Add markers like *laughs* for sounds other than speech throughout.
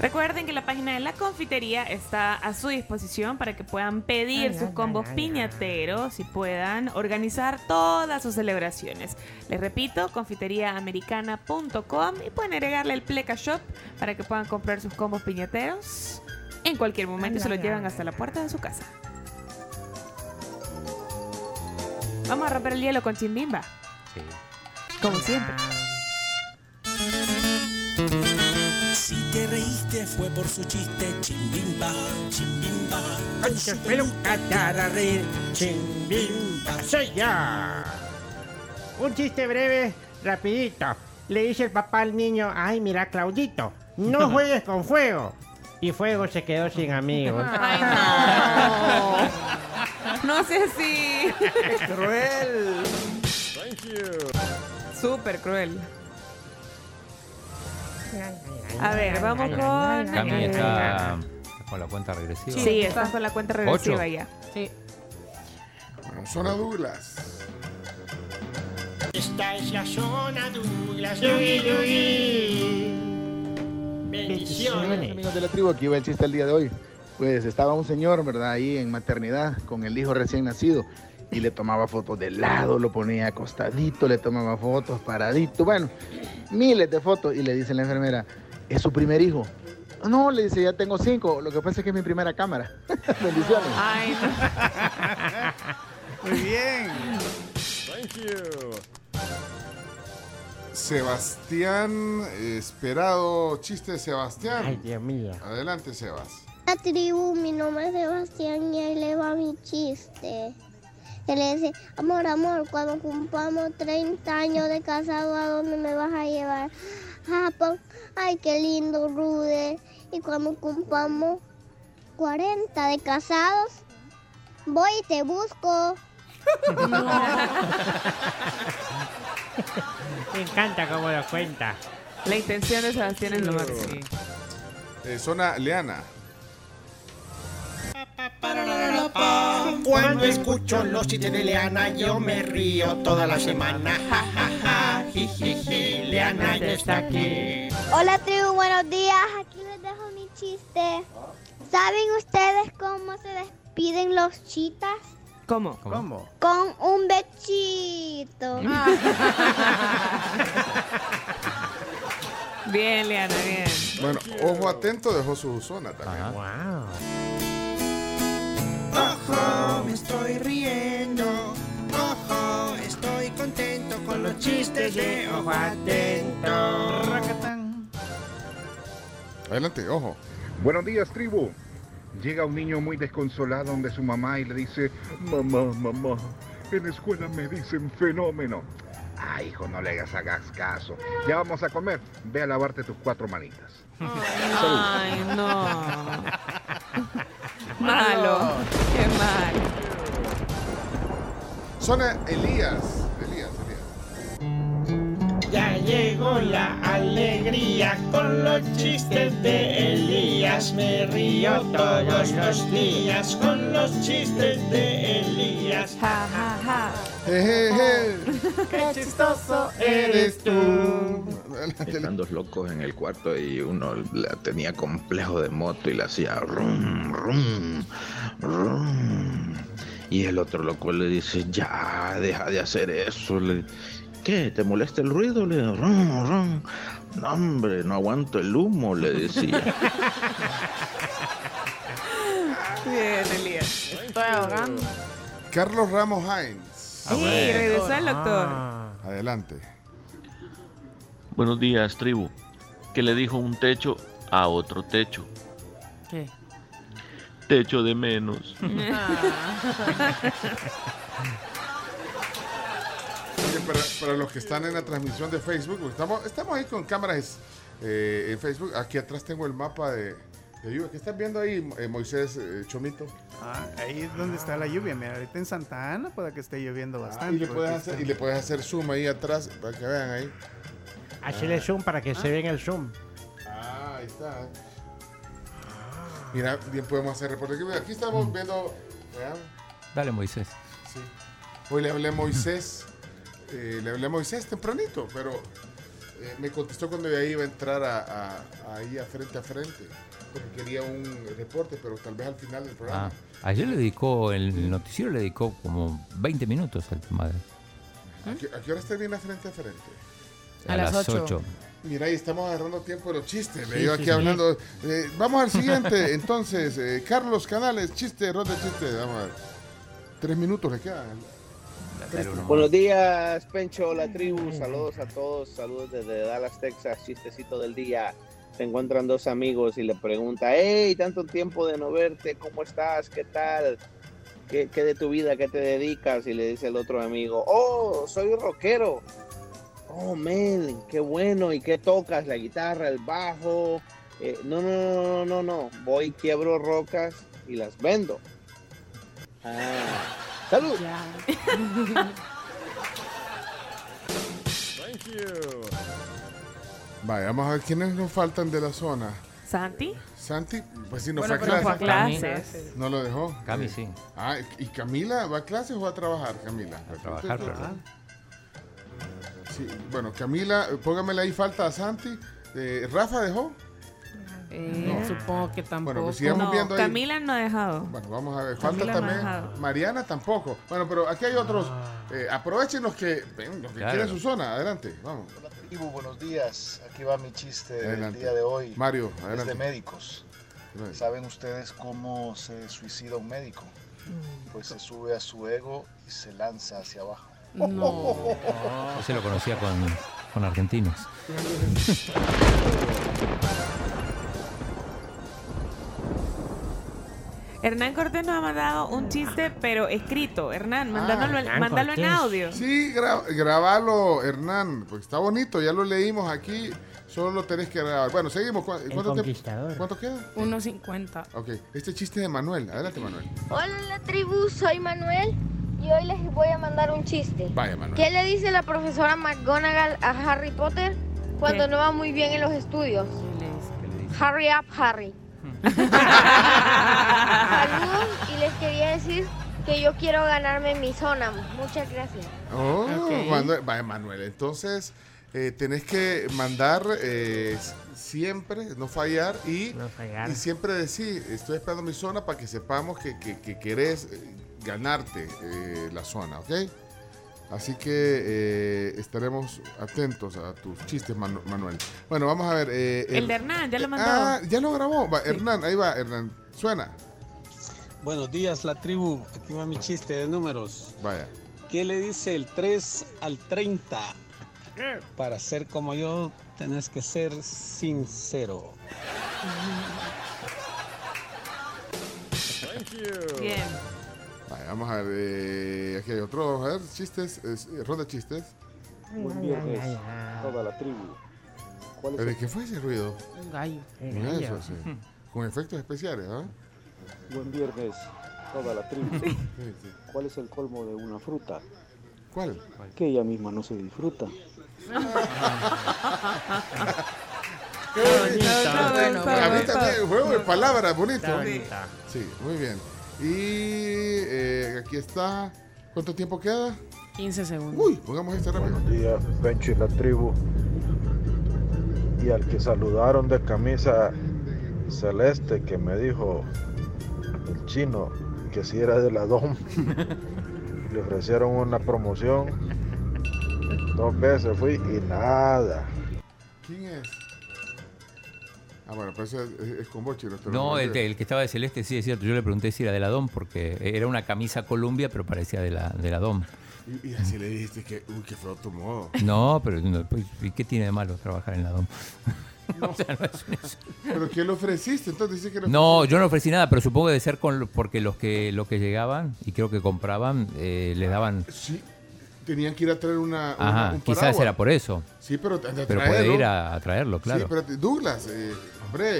Recuerden que la página de la confitería está a su disposición para que puedan pedir sus combos piñateros y puedan organizar todas sus celebraciones. Les repito, confiteriaamericana.com y pueden agregarle el Pleca Shop para que puedan comprar sus combos piñateros en cualquier momento y se los llevan hasta la puerta de su casa. Vamos a romper el hielo con Chimbimba, Sí. como siempre. Si te reíste fue por su chiste, chimbimba, chimbimba. Con su peluca tararé, chimbimba. Soy yo. Un chiste breve, rapidito. Le dice el papá al niño, ay, mira, Claudito, no juegues con fuego. Y fuego se quedó sin amigos. Ay, no. No sé si. Cruel. Súper cruel. A ver, vamos con. Cami está con la cuenta regresiva. Sí, estás con la cuenta regresiva Ocho. ya. Sí. Bueno, zona Douglas. Esta es la zona Douglas. Yugi, yugi. Bendiciones. Amigos de la tribu, aquí va el chiste el día de hoy. Pues estaba un señor, ¿verdad? Ahí en maternidad con el hijo recién nacido y le tomaba fotos de lado, lo ponía acostadito, le tomaba fotos paradito, bueno, miles de fotos y le dice la enfermera, ¿es su primer hijo? No, le dice, ya tengo cinco, lo que pasa es que es mi primera cámara. *laughs* Bendiciones. Ay, no. Muy bien. Sebastián, esperado chiste de Ay, Sebastián. Dios mío. Adelante, Sebas. La tribu, mi nombre es Sebastián y ahí le va mi chiste. Que le dice, amor, amor, cuando cumplamos 30 años de casado, ¿a dónde me vas a llevar? A Japón. Ay, qué lindo, Rude. Y cuando cumplamos 40 de casados, voy y te busco. Me encanta cómo lo cuenta. La intención de Sebastián es lo máximo. Eh, zona Leana. Cuando escucho los chistes de Leana, yo me río toda la semana. Ja, ja, ja, ji, ji, ji, Leana ya está aquí. Hola tribu, buenos días. Aquí les dejo mi chiste. ¿Saben ustedes cómo se despiden los chitas? ¿Cómo? ¿Cómo? Con un bechito. Ah. Bien, Liana, bien. Bueno, ojo atento dejó su zona también. Wow. Ajá. Ojo, me estoy riendo. Ojo, estoy contento con los chistes de Ojo Atento. Racatán. Adelante, ojo. Buenos días, tribu. Llega un niño muy desconsolado donde su mamá y le dice, mamá, mamá, en la escuela me dicen fenómeno. Ay, hijo, no le hagas, hagas caso. Ya vamos a comer. Ve a lavarte tus cuatro manitas. Ay, no. Malo. Qué mal. Zona Elías. Elías, Elías. Ya llegó la alegría con los chistes de Elías. Me río todos los días con los chistes de Elías. Ja, ja, ja. Eh, Jejeje. Oh. Qué chistoso eres tú. Adelante, Elías. Están dos locos en el cuarto y uno la tenía complejo de moto y la hacía rum, rum, rum. Y el otro loco le dice, ya, deja de hacer eso. Le, ¿Qué? ¿Te molesta el ruido? Le dice, rum, rum. No, hombre, no aguanto el humo, le decía. Bien, Elías. Estoy ahogando. Carlos Ramos Hines. Ah, Sí, bueno. regresó el doctor. Ah. Adelante. *laughs* Buenos días, tribu. ¿Qué le dijo un techo a otro techo? ¿Qué? Techo de menos. Oye, para, para los que están en la transmisión de pues, Facebook, estamos, estamos ahí con cámaras eh, en Facebook. Aquí atrás tengo el mapa de, Te digo, ¿qué estás viendo ahí, eh, Moisés eh, Chomito? Ah, ahí es donde está la lluvia. Mira, ahorita en Santa Ana puede que esté lloviendo Ah, bastante. y, le porque puedes hacer, está- y le puedes hacer zoom ahí atrás para que vean ahí. Hacele zoom para que se vea en el zoom. Ah, ahí está. Ah. Mira, bien podemos hacer reporte. Aquí, aquí estamos viendo. vean, Dale, Moisés. sí. Hoy le hablé a Moisés. *laughs* eh, le hablé a Moisés tempranito, pero eh, me contestó cuando ya iba a entrar a, a- ahí a frente a frente. Porque quería un reporte, pero tal vez al final del programa. Ah, ayer le dedicó, el noticiero le dedicó como 20 minutos al tema de. Ah. ¿A, qué, a qué horas termina frente a frente? A A las las ocho. ocho. Mira, ahí estamos agarrando tiempo de los chistes. Sí, Veo sí, aquí sí. hablando. Eh, vamos al siguiente. *laughs* Entonces, eh, Carlos Canales, chiste, ronda de chistes. Vamos a ver. Tres minutos le quedan. Tres- Buenos días, Pencho, la tribu. Saludos a todos. Saludos desde Dallas, Texas. Chistecito del día. Se encuentran dos amigos y le pregunta, hey, tanto tiempo de no verte, ¿cómo estás? ¿Qué tal? ¿Qué, qué de tu vida? ¿Qué te dedicas? Y le dice el otro amigo, oh, soy rockero. Oh, man, qué bueno. ¿Y qué tocas? La guitarra, el bajo. Eh, no, no, no, no, no. Voy, quiebro rocas y las vendo. Ah, salud. Vaya, vamos a ver quiénes nos faltan de la zona. Santi. Santi, pues si no Bueno, fue pero a no fue a clases. clases. No lo dejó. Cami, Eh, sí. Ah, ¿y Camila va a clases o va a trabajar, Camila? A trabajar, ¿verdad? Sí, bueno, Camila, eh, póngamela ahí, falta a Santi. Eh, ¿Rafa dejó? Eh, Supongo que tampoco. Bueno, pues sigamos No, viendo ahí. Camila no ha dejado. Bueno, vamos a ver. Falta Camila también. Majado. Mariana tampoco. Bueno, pero aquí hay otros. Eh, aprovechen los que, ven, los que Claro. quieren su zona. Adelante, vamos. Tribu, buenos días. Aquí va mi chiste del Adelante. día de hoy. Mario, Es adelante. de médicos. ¿Saben ustedes cómo se suicida un médico? Pues se sube a su ego y se lanza hacia abajo. Yo se lo conocía con, con argentinos. Hernán Cortés nos ha mandado un chiste, pero escrito. Hernán, Ah. mándalo, Hernán mándalo en Cortés. audio. Sí, gra- grabalo, Hernán. Pues está bonito, ya lo leímos aquí. Solo lo tenés que grabar. Bueno, seguimos. ¿Cu- ¿Cuánto, tiempo- ¿Cuánto queda? 1.50. Ok, este chiste es de Manuel. Adelante, Manuel. *laughs* Hola la tribu, soy Manuel y hoy les voy a mandar un chiste. Vaya, Manuel. ¿Qué le dice la profesora McGonagall a Harry Potter cuando ¿Qué? no va muy bien en los estudios? Hurry up, Harry. Saludos y les quería decir que yo quiero ganarme mi zona. Muchas gracias. Oh, Ok. Manuel. Vaya, Manuel. Entonces, eh, tenés que mandar eh, s- siempre, no fallar y, y siempre decir, estoy esperando mi zona para que sepamos que, que- que querés eh, ganarte eh, la zona, ¿ok? Así que eh, estaremos atentos a tus chistes, Manu- Manuel. Bueno, vamos a ver. eh, *laughs* El de Hernán, ya lo mandó. Ah, ya lo grabó. Va, Hernán, ahí va, Hernán. Suena. Buenos días, la tribu. Aquí va mi chiste de números. Vaya. ¿Qué le dice el 3 al 30? Para ser como yo, tenés que ser sincero. Bien. Vaya, vamos a ver. eh, aquí hay otro. Vamos a ver, chistes. es- eh, ronda de chistes. Buen viernes, toda la tribu. ¿De qué fue ese ruido? Un gallo. Mira eso, sí. Con efectos especiales, ¿ah? Buen viernes, toda la tribu. Sí, sí. ¿Cuál es el colmo de una fruta? ¿Cuál? Que ella misma no se disfruta. Qué bonito. bonita. Bueno, Ah. *laughs* A mí bueno. también, juego de palabras, bonito. Está bonita. Sí, muy bien. Y eh, aquí está. ¿Cuánto tiempo queda? 15 segundos. Uy, pongamos este rápido. días, Pencho y la tribu. Y al que saludaron de camisa celeste que me dijo el chino que si era de la DOM, le ofrecieron una promoción. Dos veces fui y nada. ¿Quién es? Ah, bueno, pues es, es- es con vos, Chino, te lo No, el, mandé. el que estaba de celeste, sí, es cierto. Yo le pregunté si era de la DOM porque era una camisa Columbia, pero parecía de la, de la DOM. *laughs* Y, y así le dijiste que, uy, qué feo tu modo. No, pero no, pues, ¿y ¿qué tiene de malo trabajar en la DOM? O sea, no es un insulto. ¿Pero qué le ofreciste? Entonces dice que le No, ofreciste. yo no ofrecí nada, pero supongo que debe ser con, porque los que, los que llegaban y creo que compraban, eh, les daban... Sí, tenían que ir a traer una. una- Ajá, un quizás paraguas. era por eso. Sí, pero. te- te Pero traerlo. puede ir a, a traerlo, claro. Hmm. Sí, pero te- Douglas, eh, hombre.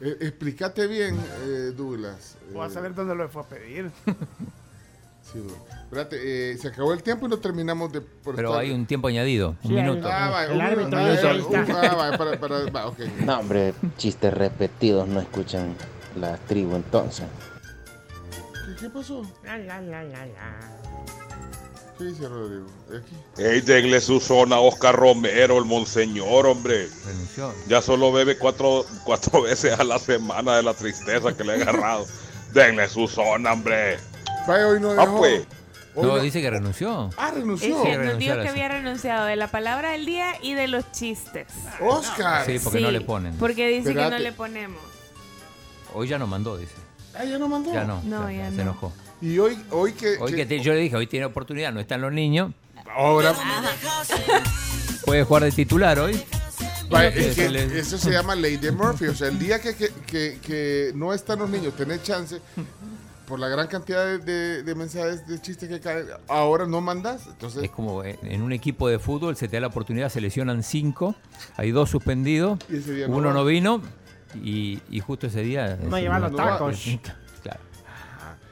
Eh, explícate bien, eh, Douglas. Voy a Eh, saber dónde lo fue a pedir. sí, Douglas. Espérate, eh, se acabó el tiempo y no terminamos de... por Pero estar- hay un tiempo añadido, un Sí, hay minuto. un- Ah, va, El un árbitro uh, minuto, ya está. ah, un- ah, va, para- para- va, ok. No, hombre, chistes repetidos no escuchan la tribu entonces. ¿Qué, qué pasó? La, la, la, la, la. ¿Qué dice Rodrigo? Aquí. Ey, denle su zona a Oscar Romero, el monseñor, hombre. Renunció. Ya solo bebe cuatro, cuatro veces a la semana de la tristeza que le he agarrado. denle su zona, hombre. Vaya, hoy no Ah, dejó. pues. No, dice que renunció. Ah, renunció. Sí, Es que nos dijo renunció que ahora sí. había renunciado de la palabra del día y de los chistes. Oscar. Sí, porque no le ponen. Porque dice que Espérate. no le ponemos. *laughs* Hoy ya no mandó, dice. Ah, ya no mandó. Ya no, No, ya- ya se no. enojó. Y hoy, hoy que... Hoy que te- yo le dije, hoy tiene oportunidad, no están los niños. Ahora... Puede jugar de titular hoy. Va, Y es que le- eso se llama ley de Murphy. O sea, el día que, que, que- que no están los niños, tenés chance, por la gran cantidad de, de- de mensajes de chistes que caen, ahora no mandas. Entonces, Es como en en un equipo de fútbol se te da la oportunidad, se lesionan cinco, hay dos suspendidos, Y ese día no uno va. no vino y, y justo ese día... No ese lleva día- los tacos. *laughs* Claro.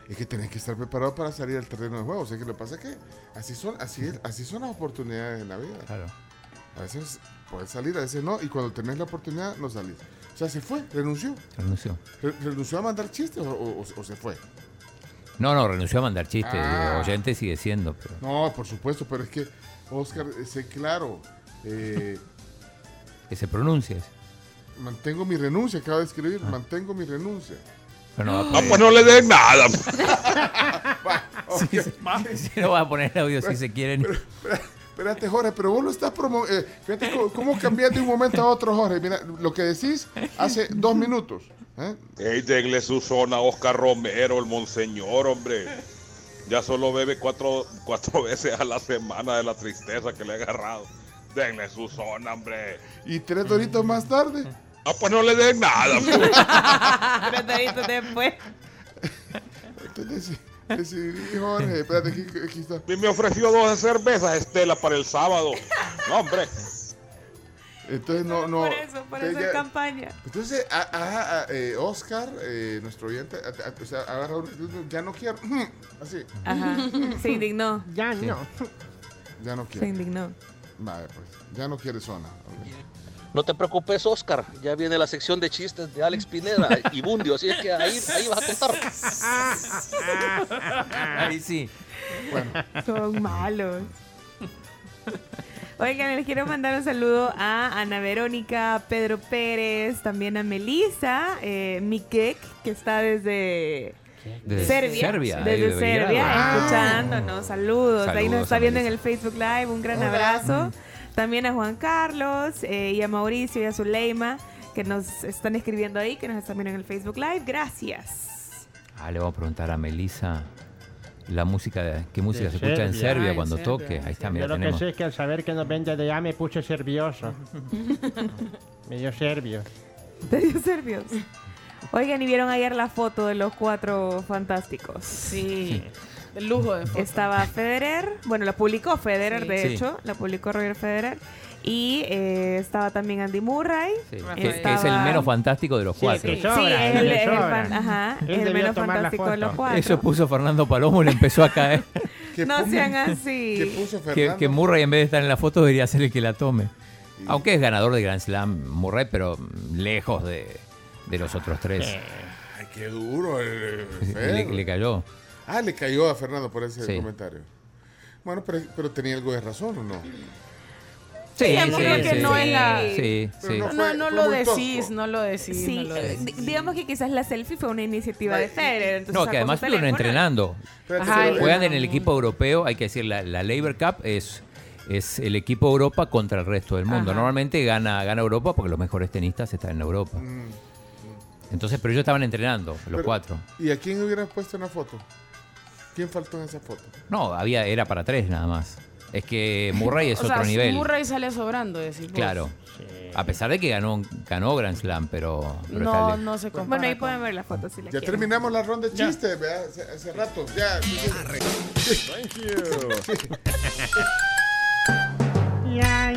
es que tenés que estar preparado para salir al terreno de juego. O sea, que lo que pasa es que así son, así, es- así son las oportunidades en la vida. Claro. A veces puedes salir, a veces no. Y cuando tenés la oportunidad, no salís. O sea, se fue, renunció. Renunció. Re- ¿Renunció a mandar chistes o, o- o- o se fue? No, no, renunció a mandar chistes, Ah. oyente sigue siendo. pero- No, por supuesto, pero es que, Oscar, eh, sé claro. eh, *laughs* que se pronuncie. Mantengo mi renuncia, acaba de escribir, Ah. mantengo *laughs* mi renuncia. Pero no va a Ah, poner- pues no le den nada. Sí, sí, sí, *laughs* no va a poner audio si se quieren. Espérate, Jorge, pero vos lo estás promo... eh, fíjate cómo, cómo cambias de un momento a otro, Jorge. Mira, lo que decís hace dos minutos. ¿eh? Ey, denle su zona a Oscar Romero, el monseñor, hombre. Ya solo bebe cuatro, cuatro *laughs* veces a la semana de la tristeza que le he agarrado. Denle su zona, hombre. Y tres doritos más tarde. Ah, pues no le den nada. hombre. Tres deditos después. Entonces *laughs* deci- decidí, Jorge, espérate, aquí, aquí está. Y me ofreció dos cervezas, Estela, para el sábado. No, hombre. Entonces *laughs* no, no. Por eso, por Entonces, eso es ya- campaña. Entonces, a- a- a- eh, Oscar, eh, nuestro oyente, a- a- o sea, agarra un- ya no quiero. *laughs* Así. Ajá. *laughs* Se indignó. Ya Sí. no. Ya no quiero. Se indignó. Vale, pues. Ya no quiere zona. No te preocupes, pues, Oscar. Ya viene la sección de chistes de Alex Pineda y Bundio. Así es que ahí, ahí vas a contar. *laughs* Ahí sí. Bueno. *laughs* Son malos. Oigan, les quiero mandar un saludo a Ana Verónica, Pedro Pérez, también a Melissa, eh, Mikek, que está desde Desde Serbia. Serbia, ahí Desde debería. Serbia, Ah. escuchándonos. Saludos. Ahí Saludos nos está a viendo en Melissa. el Facebook Live. Un gran Hola. abrazo. También a Juan Carlos eh, y a Mauricio y a Zuleima, que nos están escribiendo ahí, que nos están viendo en el Facebook Live. Gracias. *laughs* Ah, le vamos a preguntar a Melissa la música, de- qué De música se escucha en Serbia. Ah, Serbia en cuando Serbia, toque. en Ahí está, Serbia. mira, Yo lo que tenemos. sé es que al saber que nos vende de allá me puse *laughs* nervioso. me dio serbio. ¿Te dio nervios? Oigan, y vieron ayer la foto de los cuatro fantásticos. Sí. El lujo de foto. Estaba Federer, bueno, la publicó Federer, Sí. de Sí. hecho, la publicó Roger Federer. Y eh, estaba también Andy Murray. Sí, estaba- que- que es el menos fantástico de los cuatro. Ah, Sí, es el, es el fan- ajá, es el menos fantástico de los cuatro. Eso puso Fernando Palomo y le empezó a caer. no sean así. ¿Qué puso que, Fernando? que Murray en vez de estar en la foto debería ser el que la tome. Aunque es ganador de Grand Slam Murray, pero lejos de, de los otros tres. Ay, qué duro. eh, Fer. Le, le cayó. Ah, le cayó a Fernando por ese Sí. comentario. Bueno, pero, pero tenía algo de razón, ¿o no? Sí, Sí, yo creo sí, que sí, no sí. es la- Sí, Pero sí. No, fue- no fue lo muy decís, tosco. no lo decís. Sí, no lo eh, decís. di- digamos que quizás la selfie fue una iniciativa de Federer. entonces No, sacó su que además estuvieron teléfono. entrenando. Espérate, Ajá, pero- Juegan en el equipo europeo, hay que decir, la, la Labor Cup es, es el equipo Europa contra el resto del mundo. Ajá. Normalmente gana, gana Europa porque los mejores tenistas están en Europa. Entonces, pero ellos estaban entrenando, los Pero- cuatro. ¿Y a quién hubieran puesto en la foto? ¿Quién faltó en esa foto? No, había, era para tres nada más. Es que Murray es o sea, otro nivel. Murray sale sobrando, decís vos. Claro. A pesar de que ganó, ganó Grand Slam, pero, pero está No, lejos. no se compara. Bueno, ahí pueden ver la foto si la Ya quieren. terminamos la ronda de chistes, ¿verdad? Hace, hace rato. Ya. Thank you. Ya,